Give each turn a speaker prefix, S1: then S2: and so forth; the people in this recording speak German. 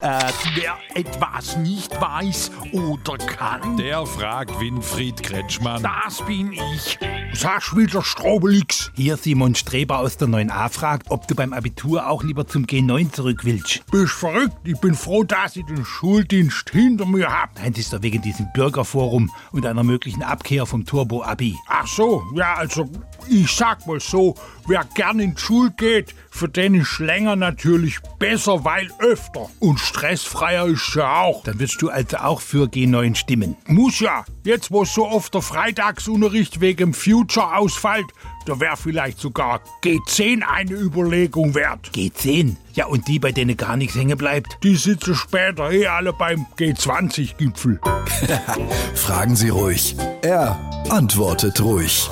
S1: Äh, wer etwas nicht weiß oder kann,
S2: Der fragt Winfried Kretschmann.
S1: das bin ich. Sag wieder Strobelix.
S3: Hier Simon Streber aus der 9a fragt, ob du beim Abitur auch lieber zum G9 zurück willst.
S1: Bist verrückt? Ich bin froh, dass ich den Schuldienst hinter mir hab.
S3: Nein, das ist doch wegen diesem Bürgerforum und einer möglichen Abkehr vom Turbo-Abi.
S1: Ach so, ja, also ich sag mal so, wer gern in die Schule geht, für den ist länger natürlich besser, weil öfter. Und stressfreier ist ja auch.
S3: Dann wirst du also auch für G9 stimmen.
S1: Muss ja, jetzt wo so oft der Freitagsunterricht wegen dem Future ausfällt, da wäre vielleicht sogar G10 eine Überlegung wert.
S3: G10? Ja, und die, bei denen gar nichts hängen bleibt?
S1: Die sitzen später eh alle beim G20-Gipfel.
S4: Fragen Sie ruhig. Er antwortet ruhig.